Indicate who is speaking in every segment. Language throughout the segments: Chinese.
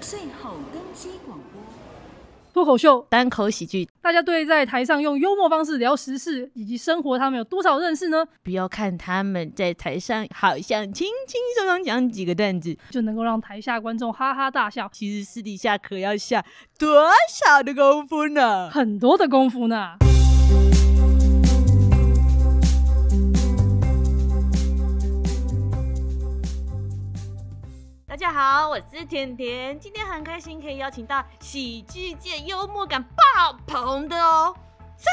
Speaker 1: 最后更新广播。
Speaker 2: 脱口秀，
Speaker 3: 单口喜剧，
Speaker 2: 大家对在台上用幽默方式聊时事以及生活，他们有多少认识呢？
Speaker 3: 不要看他们在台上好像轻轻松松讲几个段子，
Speaker 2: 就能够让台下观众哈哈大笑，
Speaker 3: 其实私底下可要下多少的功夫呢？
Speaker 2: 很多的功夫呢。
Speaker 3: 大家好，我是甜甜，今天很开心可以邀请到喜剧界幽默感爆棚的哦，深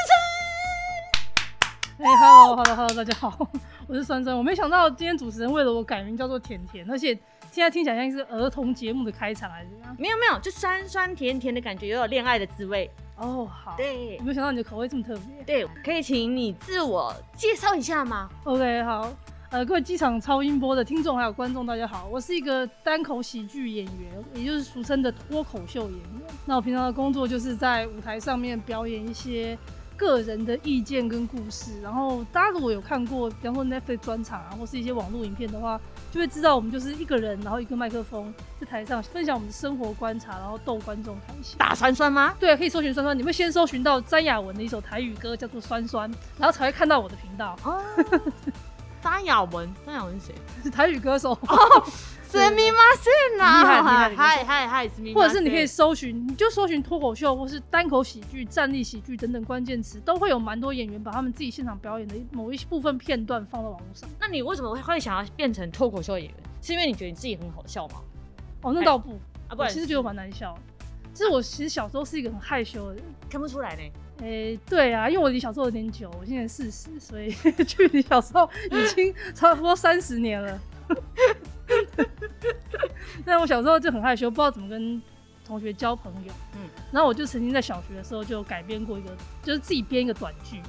Speaker 2: 哎，hello，hello，hello，大家好，我是酸酸。我没想到今天主持人为了我改名叫做甜甜，而且现在听起来像是儿童节目的开场还是怎样？
Speaker 3: 深，没有没有，就酸酸甜甜的感觉，又有恋爱的滋味。
Speaker 2: 哦，好，
Speaker 3: 对
Speaker 2: 我没想到你的口味这么特别。
Speaker 3: 对，可以请你自我介绍一下吗？
Speaker 2: OK，好，呃，各位机场超音波的听众还有观众，大家好，我是一个单口喜剧演员，也就是俗称的脱口秀演员。那我平常的工作就是在舞台上面表演一些个人的意见跟故事。然后大家如果有看过，比方说 Netflix 专场啊，或是一些网络影片的话，就会知道我们就是一个人，然后一个麦克风在台上分享我们的生活观察，然后逗观众开心。
Speaker 3: 打酸酸吗？
Speaker 2: 对，可以搜寻酸酸，你会先搜寻到詹雅雯的一首台语歌，叫做《酸酸》，然后才会看到我的频道，
Speaker 3: 哦，张雅文，张雅文是谁？
Speaker 2: 是台语歌手。
Speaker 3: 斯密马森啊！
Speaker 2: 厉害厉害厉害
Speaker 3: 嗨嗨嗨，斯密马
Speaker 2: 或
Speaker 3: 森
Speaker 2: 者是你可以搜寻，你就搜寻脱口秀或是单口喜剧、站立喜剧等等关键词，都会有蛮多演员把他们自己现场表演的某一部分片段放到网络上。
Speaker 3: 那你为什么会想要变成脱口秀演员？是因为你觉得你自己很好笑吗？
Speaker 2: 哦，那倒不，
Speaker 3: 啊，不
Speaker 2: 我
Speaker 3: 然
Speaker 2: 其实觉得我蛮难笑的。就是我其实小时候是一个很害羞的人，
Speaker 3: 看不出来呢。
Speaker 2: 诶、对啊，因为我离小时候有点久，我现在四十，所以 距离小时候已经差不多三十年了。但我小时候就很害羞，不知道怎么跟同学交朋友。
Speaker 3: 嗯
Speaker 2: 嗯，然后我就曾经在小学的时候就改编过一个，就是自己编一个短剧。
Speaker 3: 哦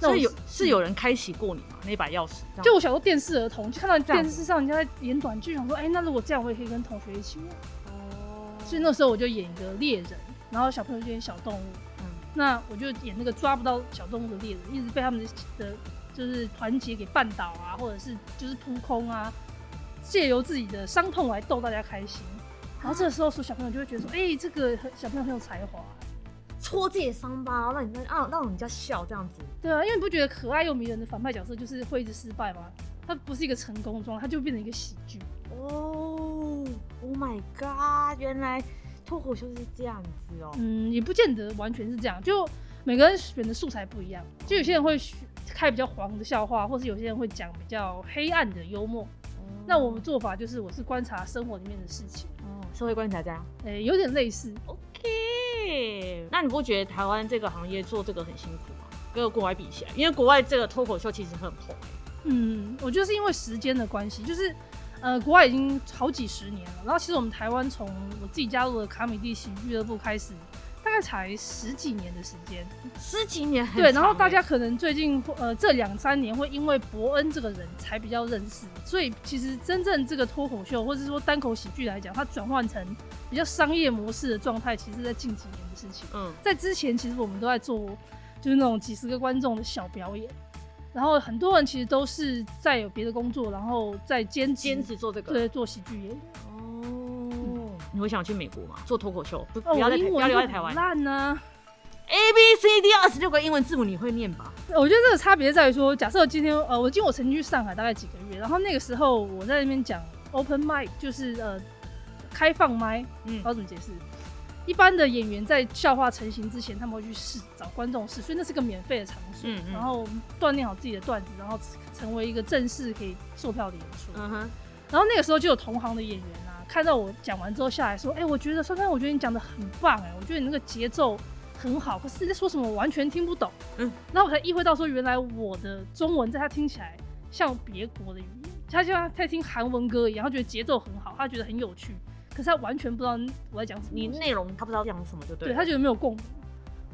Speaker 2: 那我
Speaker 3: 是有是有人开启过你吗？那把钥匙？这样
Speaker 2: 就我小时候电视儿童，就看到
Speaker 3: 这样
Speaker 2: 电视上人家在演短剧，想说，哎、那如果这样，我也可以跟同学一起玩。
Speaker 3: 哦，
Speaker 2: 所以那时候我就演一个猎人，然后小朋友就演小动物，
Speaker 3: 嗯
Speaker 2: 那我就演那个抓不到小动物的猎人，一直被他们的的就是团结给绊倒啊，或者是就是扑空啊，借由自己的伤痛来逗大家开心。然后这个时候，说小朋友就会觉得说，哎、这个很小朋友很有才华、
Speaker 3: 戳自己的伤疤，让你让让人家笑这样子。
Speaker 2: 对啊，因为你不觉得可爱又迷人的反派角色就是会一直失败吗？他不是一个成功的状态，他就变成一个喜剧。
Speaker 3: 哦，Oh my god！原来脱口秀是这样子哦。
Speaker 2: 嗯，也不见得完全是这样，就每个人选的素材不一样，就有些人会选开比较黄的笑话，或是有些人会讲比较黑暗的幽默。那我们做法就是，我是观察生活里面的事情，
Speaker 3: 哦，社会观察家。
Speaker 2: 呃、有点类似。
Speaker 3: OK，那你不觉得台湾这个行业做这个很辛苦吗？跟国外比起来，因为国外这个脱口秀其实很红、
Speaker 2: 嗯，我觉得是因为时间的关系，就是呃，国外已经好几十年了，然后其实我们台湾从我自己加入的卡米蒂喜剧俱乐部开始。大概才十几年的时间，
Speaker 3: 十几年很
Speaker 2: 对，然后
Speaker 3: 长
Speaker 2: 大
Speaker 3: 欸
Speaker 2: 家可能最近呃这两三年会因为伯恩这个人才比较认识，所以其实真正这个脱口秀或者说单口喜剧来讲，它转换成比较商业模式的状态，其实在近几年的事情。
Speaker 3: 嗯
Speaker 2: 在之前，其实我们都在做就是那种几十个观众的小表演，然后很多人其实都是在有别的工作，然后在兼职
Speaker 3: 兼职做这个
Speaker 2: 对做喜剧演员。
Speaker 3: 哦，你会想去美国吗？做脱口秀不
Speaker 2: 哦，
Speaker 3: 不要
Speaker 2: 我
Speaker 3: 在台
Speaker 2: 英
Speaker 3: 不要
Speaker 2: 文
Speaker 3: 留
Speaker 2: 就
Speaker 3: 在台湾
Speaker 2: 很。烂啊呢、
Speaker 3: A B C D 二十六个英文字母你会念吧？
Speaker 2: 我觉得这个差别在于说，假设今天呃，我记得我曾经去上海大概几个月，然后那个时候我在那边讲 open mic，就是呃开放麦，
Speaker 3: 嗯
Speaker 2: 嗯，我要怎么解释？一般的演员在笑话成型之前，他们会去试找观众试，所以那是个免费的场所，
Speaker 3: 嗯嗯
Speaker 2: 然后锻炼好自己的段子，然后成为一个正式可以售票的演出。
Speaker 3: 嗯哼，
Speaker 2: 然后那个时候就有同行的演员啊，看到我讲完之后下来说：“哎、我觉得酸酸，我觉得你讲的很棒、哎，我觉得你那个节奏很好，可是你在说什么我完全听不懂。”
Speaker 3: 嗯，
Speaker 2: 然后我才意会到说，原来我的中文在他听起来像别国的语言，他就像在听韩文歌一样，他觉得节奏很好，他觉得很有趣，可是他完全不知道我在讲什么东西。
Speaker 3: 你内容他不知道讲什么就
Speaker 2: 对
Speaker 3: 对了。
Speaker 2: 他觉得没有共鸣，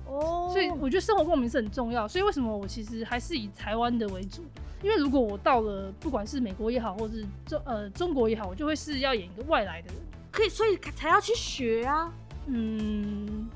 Speaker 3: 哦
Speaker 2: 所以我觉得生活共鸣是很重要。所以为什么我其实还是以台湾的为主？因为如果我到了不管是美国也好，或是中呃中国也好，我就会是要演一个外来的人。
Speaker 3: 可以，所以才要去学啊！
Speaker 2: 嗯，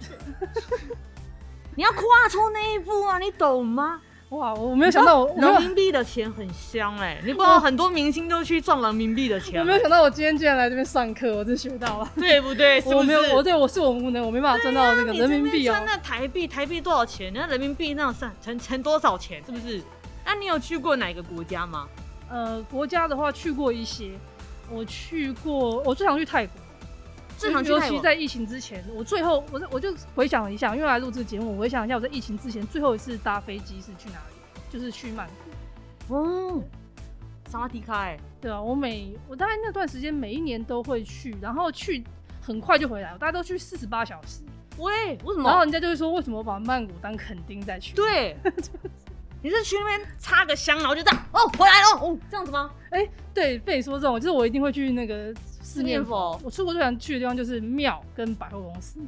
Speaker 3: 你要跨出那一步啊，你懂吗？
Speaker 2: 哇，我没有想到我，我没有
Speaker 3: 人民币的钱很香哎、你不知道很多明星都去赚人民币的钱
Speaker 2: 哦我没有想到我今天竟然来这边上课，我真学到了。
Speaker 3: 对不对？是不是
Speaker 2: 我没有，我对我是我无能，我没办法赚到这个
Speaker 3: 你
Speaker 2: 人民币哦、
Speaker 3: 这边赚那台币，台币多少钱？那人民币那算乘乘多少钱？是不是？那你有去过哪个国家吗？
Speaker 2: 呃，国家的话去过一些，我去过，我最常去泰国，
Speaker 3: 正常去
Speaker 2: 尤
Speaker 3: 泰
Speaker 2: 其
Speaker 3: 国
Speaker 2: 在疫情之前，我最后我我就回想了一下，因为来录制节目，我回想一下我在疫情之前最后一次搭飞机是去哪里，就是去曼谷。
Speaker 3: 哦，萨瓦迪卡哎、
Speaker 2: 对啊，我每我大概那段时间每一年都会去，然后去很快就回来，我大概都去四十八小时。
Speaker 3: 喂，为什
Speaker 2: 然后
Speaker 3: 么？
Speaker 2: 人家就会说，为什么把曼谷当垦丁再去？，
Speaker 3: 对，你是去那边插个香，然后就这样哦，回来了哦，这样子吗？
Speaker 2: 哎、对，被你说中，就是我一定会去那个四面佛。
Speaker 3: 四面佛
Speaker 2: 我出国最想去的地方就是庙跟百货公司，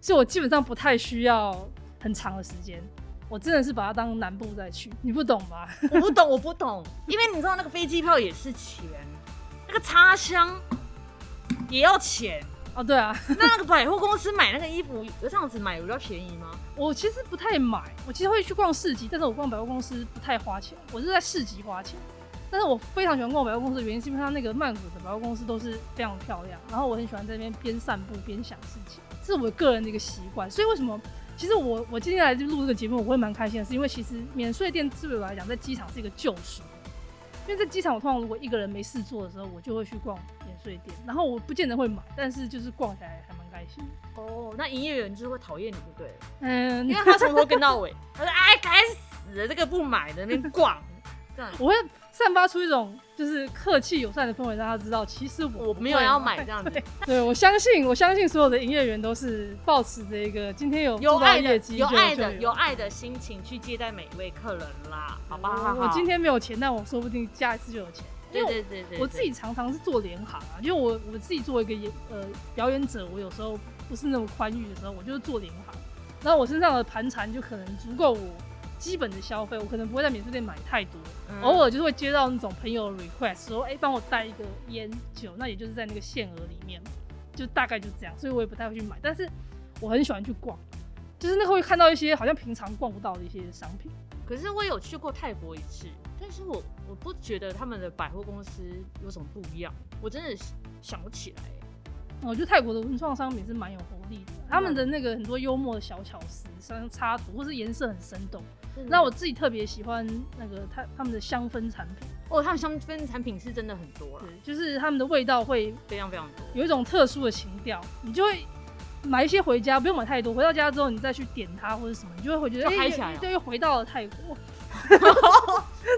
Speaker 2: 所以我基本上不太需要很长的时间。我真的是把它当南部再去，你不懂吧？
Speaker 3: 我不懂，我不懂，因为你知道那个飞机票也是钱，那个插香也要钱，
Speaker 2: 哦，对啊，
Speaker 3: 那那个百货公司买那个衣服，这样子买比较便宜吗？
Speaker 2: 我其实不太买，我其实会去逛市集，但是我逛百货公司不太花钱，我是在市集花钱。但是我非常喜欢逛百货公司的原因，是因为它那个曼谷的百货公司都是非常漂亮，然后我很喜欢在那边边散步边想事情，这是我个人的一个习惯。所以为什么？其实我我今天来录这个节目，我会蛮开心的，是因为其实免税店对我来讲，在机场是一个救赎。因为在机场，我通常如果一个人没事做的时候，我就会去逛免税店，然后我不见得会买，但是就是逛起来还蛮开心的。
Speaker 3: 哦，那营业员就是会讨厌你，对不对了？
Speaker 2: 嗯，
Speaker 3: 因为他从头跟到尾， 他说：“哎，该死了，这个不买的，那边逛。”这样，
Speaker 2: 我会散发出一种就是客气友善的氛围，让他知道其实我
Speaker 3: 我没有要买这样子，
Speaker 2: 对我相信，我相信所有的营业员都是抱持着一个今天有
Speaker 3: 有
Speaker 2: 做到
Speaker 3: 爱
Speaker 2: 业
Speaker 3: 的、
Speaker 2: 绩
Speaker 3: 有
Speaker 2: 就
Speaker 3: 爱的、
Speaker 2: 就
Speaker 3: 有爱的心情去接待每一位客人啦，好不好？
Speaker 2: 我今天没有钱，但我说不定下一次就有钱，因
Speaker 3: 对
Speaker 2: 为我
Speaker 3: 对对对，
Speaker 2: 我自己常常是做联行啊，因为我我自己作为一个演呃表演者，我有时候不是那么宽裕的时候，我就是做联行，然后我身上的盘缠就可能足够我基本的消费，我可能不会在免税店买太多，偶
Speaker 3: 尔
Speaker 2: 尔就是会接到那种朋友 request 说，哎、帮我带一个烟酒，那也就是在那个限额里面，就大概就这样，所以我也不太会去买，但是我很喜欢去逛，就是那会看到一些好像平常逛不到的一些商品。
Speaker 3: 可是我有去过泰国一次，但是我我不觉得他们的百货公司有什么不一样，我真的想不起来。欸
Speaker 2: 我觉得泰国的文创商品是蛮有活力的，他们的那个很多幽默的小巧思、像插图或是颜色很生动。
Speaker 3: 真的
Speaker 2: 那我自己特别喜欢那个他他们的香氛产品，
Speaker 3: 哦，他们香氛产品是真的很多啊了
Speaker 2: 对，，就是他们的味道会
Speaker 3: 非常非常多。
Speaker 2: 有一种特殊的情调，你就会买一些回家，不用买太多。回到家之后，你再去点它或者什么，你就会会觉得
Speaker 3: 就嗨
Speaker 2: 哎
Speaker 3: 起来了
Speaker 2: 对，又回到了泰 国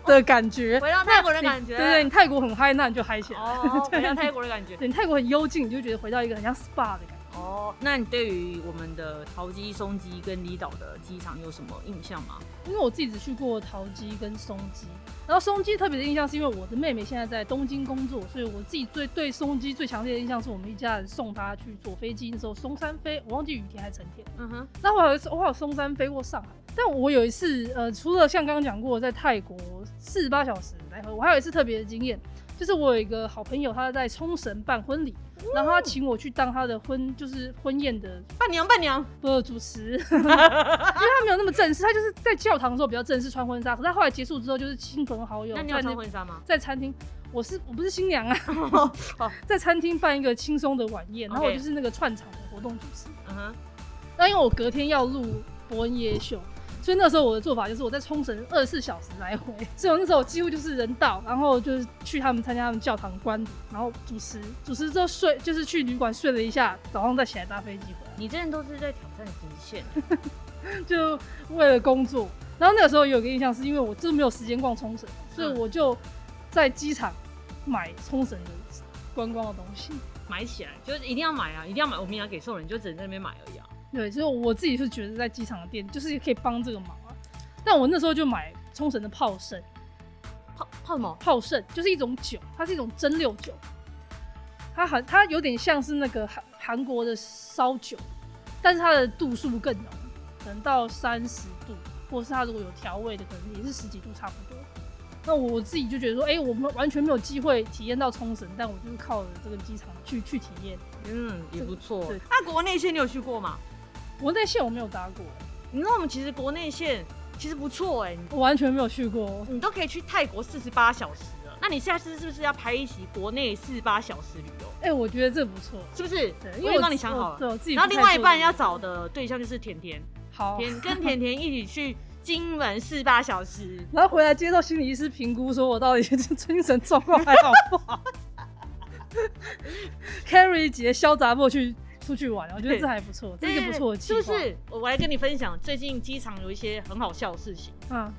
Speaker 2: 的感觉。
Speaker 3: 回到泰国的感觉，
Speaker 2: 对对，你泰国很嗨，那你就嗨起来。
Speaker 3: 哦，回到泰国的感觉。
Speaker 2: 对，你泰国很幽静，你就觉得回到一个很像 SPA 的感觉。
Speaker 3: 哦，那你对于我们的桃机、松机跟离岛的机场有什么印象吗？
Speaker 2: 因为我自己只去过桃机跟松基，然后松基特别的印象是因为我的妹妹现在在东京工作，所以我自己最对松基最强烈的印象是我们一家人送她去坐飞机，那时候松山飞，我忘记雨天还是晴天。
Speaker 3: 嗯哼，
Speaker 2: 那我有一次，我有松山飞过上海，但我有一次，呃，除了像刚刚讲过在泰国四十八小时来回，我还有一次特别的经验，就是我有一个好朋友，他在冲绳办婚礼，
Speaker 3: 哦
Speaker 2: 然后他请我去当他的婚，就是婚宴的
Speaker 3: 伴娘伴娘，
Speaker 2: 呃主 持， 因为他没有那么正式，他就是在教堂的时候比较正式穿婚纱，可是他后来结束之后就是亲朋好友
Speaker 3: 那
Speaker 2: 在
Speaker 3: 你有
Speaker 2: 那
Speaker 3: 穿婚纱吗？
Speaker 2: 在餐厅。我是我不是新 娘啊，
Speaker 3: 哦，
Speaker 2: 在餐厅办一个轻松的晚宴，然后我
Speaker 3: OK
Speaker 2: 就是那个串场的活动主持。
Speaker 3: 嗯哼，
Speaker 2: 那因为我隔天要录伯恩夜秀，所以那时候我的做法就是我在冲绳二十四小时来回，所以我那时候几乎就是人到，然后就是去他们参加他们教堂观礼，然后主持，主持之后睡，就是去旅馆睡了一下，早上再起来搭飞机回
Speaker 3: 你真的都是在挑战极限。
Speaker 2: 来，就为了工作。然后那个时候有一个印象是因为我真的没有时间逛冲绳，所以
Speaker 3: 嗯
Speaker 2: 我就在机场买冲绳的观光的东西。
Speaker 3: 买起来就是一定要买啊，一定要买，我们要给送人，就只能在那边买而已啊。
Speaker 2: 对，所以我自己是觉得在机场的店就是可以帮这个忙啊。但我那时候就买冲绳的泡盛。
Speaker 3: 泡泡沫，
Speaker 2: 泡盛就是一种酒，它是一种蒸馏酒，它很它有点像是那个韩韩国的烧酒，但是它的度数更浓，可能到三十度，或是它如果有调味的，可能也是十几度差不多。那我自己就觉得说，哎、我们完全没有机会体验到冲绳，但我就是靠着这个机场去去体验。
Speaker 3: 嗯，也不错
Speaker 2: 对。
Speaker 3: 那国内线你有去过吗？
Speaker 2: 国内线我没有搭过，
Speaker 3: 你知道我们其实国内线其实不错哎、
Speaker 2: 我完全没有去过。
Speaker 3: 你你都可以去泰国四十八小时了。那你下次是不是要排一期国内四十八小时旅游？
Speaker 2: 哎、我觉得这不错。
Speaker 3: 是不是？
Speaker 2: 对，
Speaker 3: 我已经帮你想好
Speaker 2: 我对
Speaker 3: 了。
Speaker 2: 我自己不
Speaker 3: 然
Speaker 2: 太做这个。
Speaker 3: 后另外一半要找的对象就是甜甜，
Speaker 2: 好，
Speaker 3: 甜跟甜甜一起去金门四十八小 时。
Speaker 2: 然后回来接受心理医师评估，说我到底 是精神状况还好不好？Carry 姐潇洒过去出去玩，我觉得这还不错，这是一个不错的计
Speaker 3: 是
Speaker 2: 划，
Speaker 3: 不是？我我来跟你分享，最近机场有一些很好笑的事情。
Speaker 2: 嗯，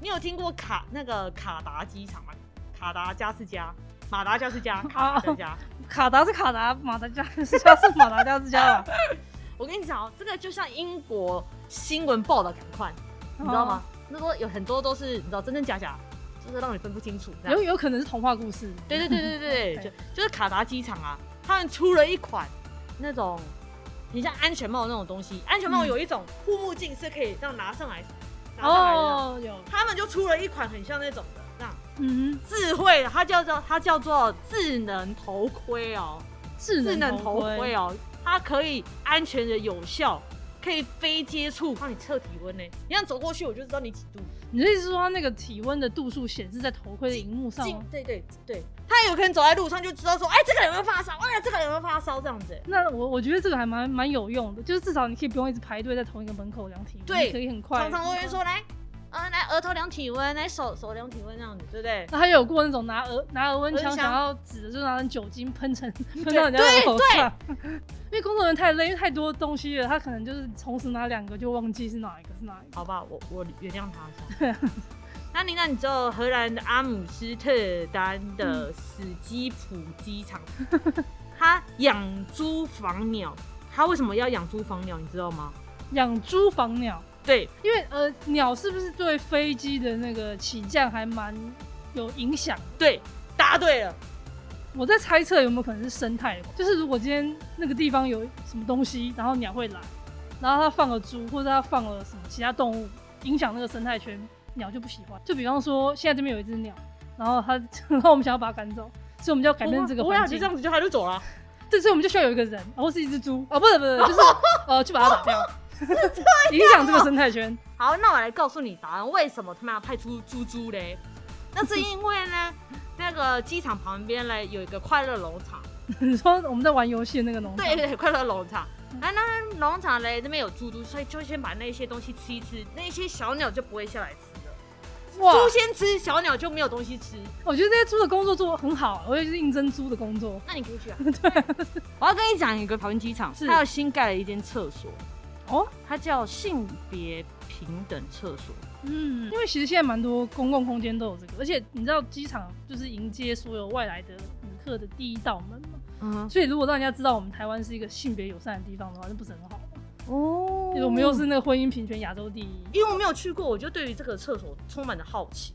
Speaker 3: 你有听过卡那个卡达机场吗？卡达加斯加，马达加斯加，卡达加斯加。
Speaker 2: 卡达是卡达，马达加斯加是马达加斯加吧？
Speaker 3: 我跟你讲哦，这个就像英国新闻报的赶快， 你知道吗？那时候有很多都是你知道真真假假，就是让你分不清楚。这 样
Speaker 2: 有有可能是童话故事，
Speaker 3: 对对对对对，
Speaker 2: 对
Speaker 3: 就就是卡达机场啊，他们出了一款那种很像安全帽那种东西，安全帽
Speaker 2: 嗯
Speaker 3: 有一种护目镜是可以这样拿上来，拿上来的这样，
Speaker 2: 哦，有，
Speaker 3: 他们就出了一款很像那种的这样
Speaker 2: 嗯，
Speaker 3: 智慧，它叫做它叫做智能头盔哦，
Speaker 2: 智
Speaker 3: 智能
Speaker 2: 能
Speaker 3: 头盔
Speaker 2: 啊，
Speaker 3: 哦，它可以安全的有效。可以非接触，帮你测体温呢、你想走过去，我就知道你几度。
Speaker 2: 你的意思是说它那个体温的度数显示在头盔的荧幕上
Speaker 3: 近
Speaker 2: 吗？
Speaker 3: 对对对，他有可能走在路上就知道说，哎、这个人有没有发烧？哎、呀，这个人有没有发烧？这样子、
Speaker 2: 那我我觉得这个还蛮蛮有用的，就是至少你可以不用一直排队在同一个门口量体温，
Speaker 3: 对
Speaker 2: 你可以很快。嗯
Speaker 3: 常常都会说来，啊，来额头量体温，来手手量体温这样子，对不对？
Speaker 2: 那还有过那种拿额拿额温枪
Speaker 3: 额温枪
Speaker 2: 想要指的，就拿酒精喷 成喷
Speaker 3: 对
Speaker 2: 到人家的头上。 因为工作人员太累，因为太多东西了，他可能就是同时拿两个就忘记是哪一个是哪一个。
Speaker 3: 好吧，我我原谅他一下。 那你那你知道荷兰的阿姆斯特丹的史基普机 场，他养猪防鸟，他为什么要养猪防鸟？你知道吗？
Speaker 2: 养猪防鸟，
Speaker 3: 对，
Speaker 2: 因为呃鸟是不是对飞机的那个起降还蛮有影响？
Speaker 3: 对，答对了，
Speaker 2: 我在猜测有没有可能是生态的，就是如果今天那个地方有什么东西，然后鸟会来，然后它放了猪或者它放了什么其他动物，影响那个生态圈，鸟就不喜欢。就比方说现在这边有一只鸟，然后它， 然后我们想要把它赶走，所以我们就要改变这个
Speaker 3: 不会啊
Speaker 2: 环
Speaker 3: 就
Speaker 2: 境
Speaker 3: 这。样子就他就走了。
Speaker 2: 这所以我们就需要有一个人，或是一只猪，哦，不是不是， 就是呃，就把它打 掉，影响这个生态圈。
Speaker 3: 好，那我来告诉你答案，为什么他们要派出猪猪嘞？那是因为呢，那个机场旁边呢有一个快乐农场。
Speaker 2: 你说我们在玩游戏的那个农场，
Speaker 3: 对对，快乐农场。啊，那农场嘞那边有猪猪，所以就先把那些东西吃一吃，那些小鸟就不会下来吃了。
Speaker 2: 哇，
Speaker 3: 猪先吃，小鸟就没有东西 吃。
Speaker 2: 我觉得这些猪的工作做得很好，我也是应征猪的工作。
Speaker 3: 那你可以去啊。对，我要跟你讲一个桃园机场，
Speaker 2: 是
Speaker 3: 它有新盖了一间厕所，
Speaker 2: 哦，
Speaker 3: 它叫性别平等厕所。
Speaker 2: 嗯，因为其实现在蛮多公共空间都有这个，而且你知道机场就是迎接所有外来的旅客的第一道门嘛，
Speaker 3: 嗯
Speaker 2: 所以如果让人家知道我们台湾是一个性别友善的地方的话，那不是很好吗？
Speaker 3: 哦
Speaker 2: 因为我们又是那个婚姻平权亚洲第一，
Speaker 3: 因为我没有去过，我就对于这个厕所充满了好奇。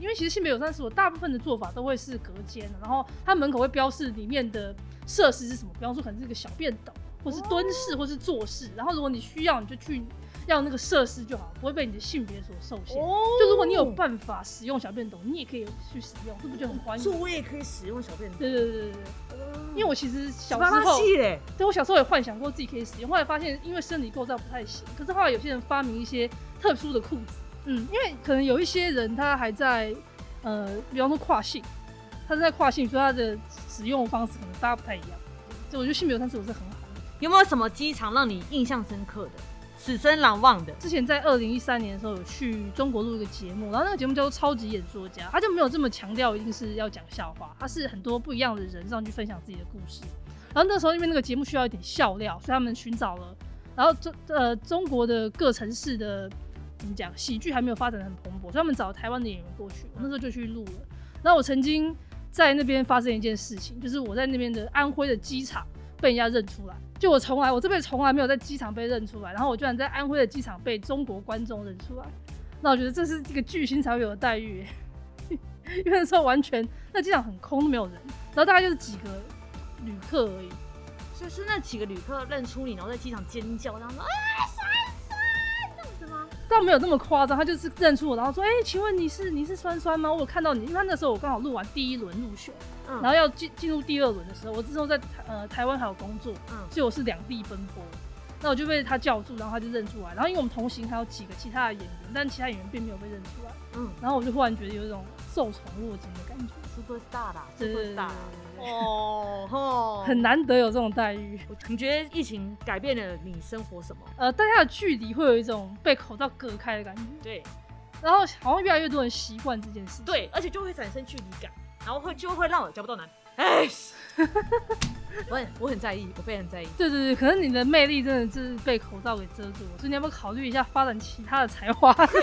Speaker 2: 因为其实性别友善所大部分的做法都会是隔间，然后它门口会标示里面的设施是什么，比方说可能是一个小便斗，或是蹲式，或是坐式，然后如果你需要你就去要那个设施就好，不会被你的性别所受限。
Speaker 3: 哦
Speaker 2: 就如果你有办法使用小便斗，你也可以去使用，这不就很欢迎？
Speaker 3: 座位也可以使用小便斗，
Speaker 2: 对对对对对，因为我其实小
Speaker 3: 爸
Speaker 2: 时
Speaker 3: 爸
Speaker 2: 候，
Speaker 3: 系嘞，
Speaker 2: 对我小时候也幻想过自己可以使用，后来发现因为生理构造不太行，可是后来有些人发明一些特殊的裤子，嗯，因为可能有一些人他还在呃，比方说跨性，他是在跨性，所以他的使用方式可能大家不太一样，所以我觉得性别友善是我是很好的。
Speaker 3: 有没有什么机场让你印象深刻的、此生难忘的？
Speaker 2: 之前在二零一三年的时候有去中国录一个节目，然后那个节目叫做《超级演说家》，他就没有这么强调一定是要讲笑话，他是很多不一样的人上去分享自己的故事。然后那时候因为那个节目需要一点笑料，所以他们寻找了，然后中呃中国的各城市的怎么讲喜剧还没有发展的很蓬勃，所以他们找台湾的演员过去，我那时候就去录了。然后我曾经在那边发生一件事情，就是我在那边的安徽的机场被人家认出来。就我从来我这辈子从来没有在机场被认出来，然后我居然在安徽的机场被中国观众认出来，那我觉得这是这个巨星才会有的待遇耶， 因为那时候完全那机场很空，都没有人，然后大概就是几个旅客而已。
Speaker 3: 就是那几个旅客认出你，然后在机场尖叫，然后说啊，酸酸这样子吗？
Speaker 2: 倒没有那么夸张，他就是认出我，然后说：“哎、请问你是你是酸酸吗？我有看到你，因为他那时候我刚好录完第一轮入选，
Speaker 3: 嗯
Speaker 2: 然后要进进入第二轮的时候，我这时候在台呃台湾还有工作，
Speaker 3: 嗯
Speaker 2: 所以我是两地奔波。那我就被他叫住，然后他就认出来。然后因为我们同行还有几个其他的演员，但其他演员并没有被认出来。
Speaker 3: 嗯
Speaker 2: 然后我就忽然觉得有一种受宠若惊的感觉，
Speaker 3: ，super star 啦
Speaker 2: 对
Speaker 3: ，super star 啦。哦吼，
Speaker 2: 很。难得有这种待遇。
Speaker 3: 你觉得疫情改变了你生活什么？
Speaker 2: 呃，大家的距离会有一种被口罩隔开的感觉，
Speaker 3: 对
Speaker 2: 然后好像越来越多人习惯这件事情。
Speaker 3: 对，而且就会产生距离感，然后会就会让我交不到男。哎， 我很我很在意，我非常在意。
Speaker 2: 对对对，可能你的魅力真的是被口罩给遮住了，所以你要不要考虑一下发展其他的才华？ 就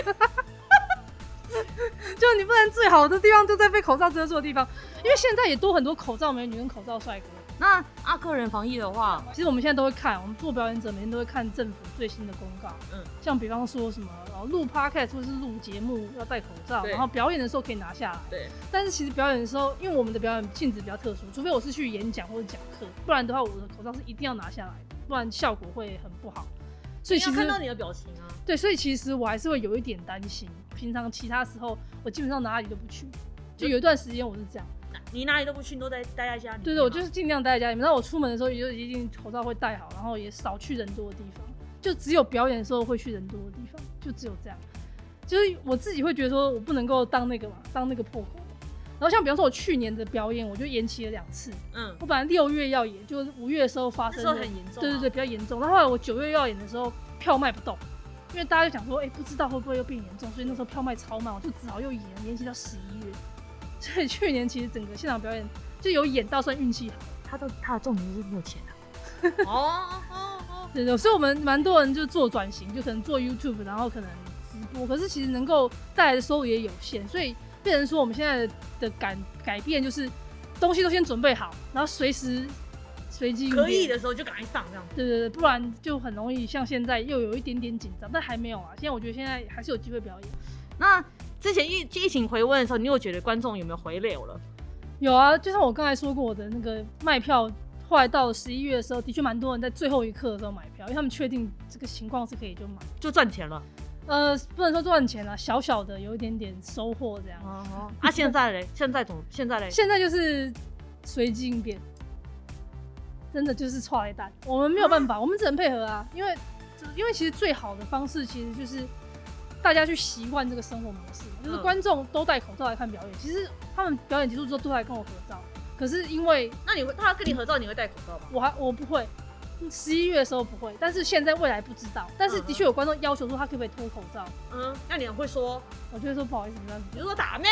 Speaker 2: 你不能最好的地方就在被口罩遮住的地方，因为现在也多很多口罩美女跟口罩帅哥。
Speaker 3: 那啊，个人防疫的话，
Speaker 2: 其实我们现在都会看，我们做表演者每天都会看政府最新的公告。
Speaker 3: 嗯
Speaker 2: 嗯，像比方说什么呃录 podcast 或是录节目要戴口罩，
Speaker 3: 对
Speaker 2: 然后表演的时候可以拿下来。
Speaker 3: 对，
Speaker 2: 但是其实表演的时候，因为我们的表演性质比较特殊，除非我是去演讲或者讲课，不然的话我的口罩是一定要拿下来的，不然效果会很不好。所以
Speaker 3: 你
Speaker 2: 其
Speaker 3: 要看到
Speaker 2: 实
Speaker 3: 你的表情啊。
Speaker 2: 对，所以其实我还是会有一点担心。平常其他时候我基本上哪里都不去，就有一段时间我是这样。
Speaker 3: 你哪里都不去，你都在待在家里。
Speaker 2: 对对，我就是尽量待在家里面。然后我出门的时候，也就一定口罩会戴好，然后也少去人多的地方，就只有表演的时候会去人多的地方，就只有这样。就是我自己会觉得说，我不能够当那个嘛，当那个破口。然后像比方说，我去年的表演，我就延期了两次。
Speaker 3: 嗯，
Speaker 2: 我本来六月要演，就是五月的时候发
Speaker 3: 那
Speaker 2: 生
Speaker 3: 时候
Speaker 2: 的，
Speaker 3: 很严重、啊。
Speaker 2: 对对对，比较严重。然后后来我九月要演的时候，票卖不动，因为大家就想说，哎、不知道会不会又变严重，所以那时候票卖超慢，我就只好又延延期到十一月。 所以去年其实整个现场表演就有演到算运气好，
Speaker 3: 他的他的重点就是没有钱啊。 哦哦哦，
Speaker 2: 对对，所以我们蛮多人就做转型，就可能做 YouTube，然后可能直播，可是其实能够带来的收入也有限，所以变成说我们现在的改改变就是东西都先准备好，然后随时随机应变
Speaker 3: 可以的时候就赶快上这样。
Speaker 2: 对对对，不然就很容易像现在又有一点点紧张，但还没有啊。现在我觉得现在还是有机会表演。
Speaker 3: 那之前疫疫情回温的时候，你有觉得观众有没有回流了？
Speaker 2: 有啊，就像我刚才说过，我的那个卖票，后来到十一月的时候，的确蛮多人在最后一刻的时候买票，因为他们确定这个情况是可以就买。
Speaker 3: 就赚钱了。
Speaker 2: 呃，不能说赚钱啦，小小的有一点点收获这样。
Speaker 3: 哦，啊，现在嘞，现在怎么？现在嘞，
Speaker 2: 现在就是随机应变，真的就是错一单，我们没有办法，我们只能配合啊，因为因为其实最好的方式其实就是大家去习惯这个生活模式，就是
Speaker 3: 嗯
Speaker 2: 观众都戴口罩来看表演，其实他们表演结束之后都来跟我合照，可是因为
Speaker 3: 那你会他跟你合照，你会戴口罩吗？
Speaker 2: 我还我不会。十一月的时候不会，但是现在未来不知道。但是的确有观众要求说他可不可以脱口罩，
Speaker 3: 嗯，那你很会说，
Speaker 2: 我就会说不好意思，没办法。
Speaker 3: 比如说打妹，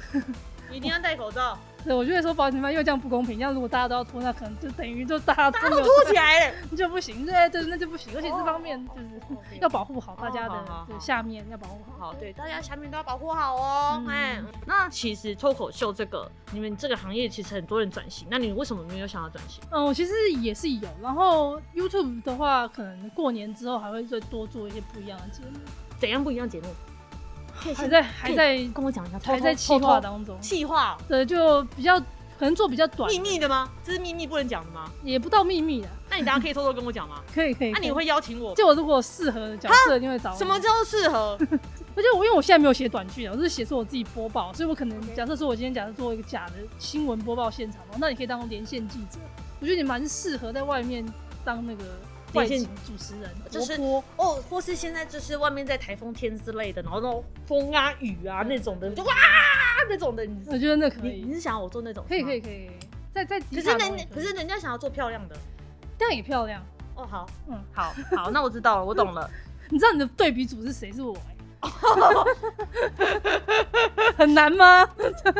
Speaker 3: 一定要戴口罩，
Speaker 2: 对，我就会说不好意思，没办法，因为这样不公平。这样如果大家都要脱，那可能就等于就大家
Speaker 3: 大家
Speaker 2: 没
Speaker 3: 都
Speaker 2: 有
Speaker 3: 凸起来 了。
Speaker 2: 就不行，对对，那就不行。而且这方面就是 要保护好大家
Speaker 3: 哦好好
Speaker 2: 的
Speaker 3: 好
Speaker 2: 对下面，要保护好。
Speaker 3: 好，对，大家产品都要保护好哦。
Speaker 2: 嗯
Speaker 3: 哎、那其实脱口秀这个，你们这个行业其实很多人转型，那你为什么没有想要转型？
Speaker 2: 嗯，我其实也是有。然后 YouTube 的话，可能过年之后还会再多做一些不一样的节目，
Speaker 3: 怎样不一样节目？
Speaker 2: 还在还在
Speaker 3: 跟我讲一下，
Speaker 2: 还在
Speaker 3: 气
Speaker 2: 企划当中。
Speaker 3: 气化
Speaker 2: 对，就比较可能做比较短的
Speaker 3: 秘，密的吗？这是秘密不能讲的吗？
Speaker 2: 也不到秘密的，
Speaker 3: 那你等下可以偷偷跟我讲吗？
Speaker 2: 可以可以。
Speaker 3: 那、啊你
Speaker 2: 可以
Speaker 3: 会邀请我？
Speaker 2: 就我如果适合的角色，一定会找我。
Speaker 3: 什么叫适合？
Speaker 2: 而且我因为我现在没有写短剧啊，我是写出我自己播报，所以我可
Speaker 3: OK
Speaker 2: 能假设说我今天假设做一个假的新闻播报现场嘛，那你可以当连线记者，我觉得你蛮适合在外面当那个外景
Speaker 3: 连线
Speaker 2: 主持人，
Speaker 3: 就是
Speaker 2: 活泼
Speaker 3: 哦，或是现在就是外面在台风天之类的，然后那种风啊雨啊那种的，就哇那种的，你
Speaker 2: 我觉得那嗯可
Speaker 3: 你你
Speaker 2: 以，
Speaker 3: 是想要我做那种？
Speaker 2: 可以可
Speaker 3: 以。
Speaker 2: 以可以，在在
Speaker 3: 可
Speaker 2: 迪
Speaker 3: 是
Speaker 2: 卡侬也
Speaker 3: 人可是人家想要做漂亮的。
Speaker 2: 这样也漂亮，
Speaker 3: 哦，好，嗯
Speaker 2: 嗯，
Speaker 3: 好好，那我知道了，我 懂了。
Speaker 2: 你知道你的对比组是谁？ 是我、欸， 很难吗？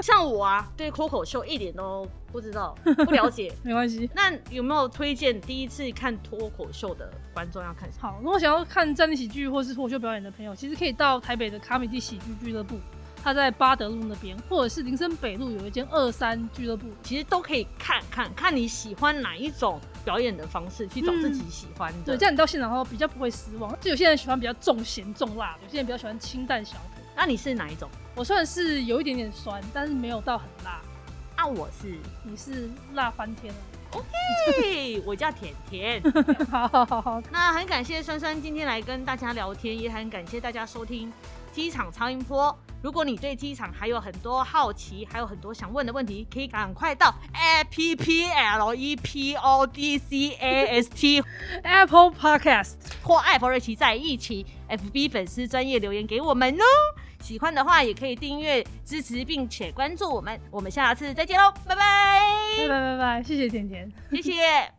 Speaker 3: 像我啊，对脱口秀一点都不知道，不了 解。
Speaker 2: 没关系。
Speaker 3: 那有没有推荐第一次看脱口秀的观众要看什么？
Speaker 2: 好，如果想要看站立喜剧或是脱口秀表演的朋友，其实可以到台北的卡米蒂喜剧俱乐部，它在巴德路那边，或者是林森北路有一间二三俱乐部。
Speaker 3: 其实都可以看看看你喜欢哪一种表演的方式，去找自己喜欢的。
Speaker 2: 对，这样你到现场后比较不会失望。就有些人喜欢比较重咸重辣，有些人比较喜欢清淡小口。
Speaker 3: 那你是哪一种？
Speaker 2: 我算是有一点点酸，但是没有到很辣。
Speaker 3: 啊，我是，
Speaker 2: 你是辣翻天了。
Speaker 3: 嘿， 我叫甜甜。
Speaker 2: 好好好好，
Speaker 3: 那很感谢酸酸今天来跟大家聊天，也很感谢大家收听机场超音波。如果你对机场还有很多好奇，还有很多想问的问题，可以赶快到 A P P L E P O D C A S T
Speaker 2: Apple Podcast
Speaker 3: 或艾佛瑞奇在一起 FB 粉丝专业留言给我们哦。喜欢的话也可以订阅、支持并且关注我们。我们下次再见喽，拜拜！
Speaker 2: 拜拜拜拜，谢谢甜甜。
Speaker 3: 谢谢。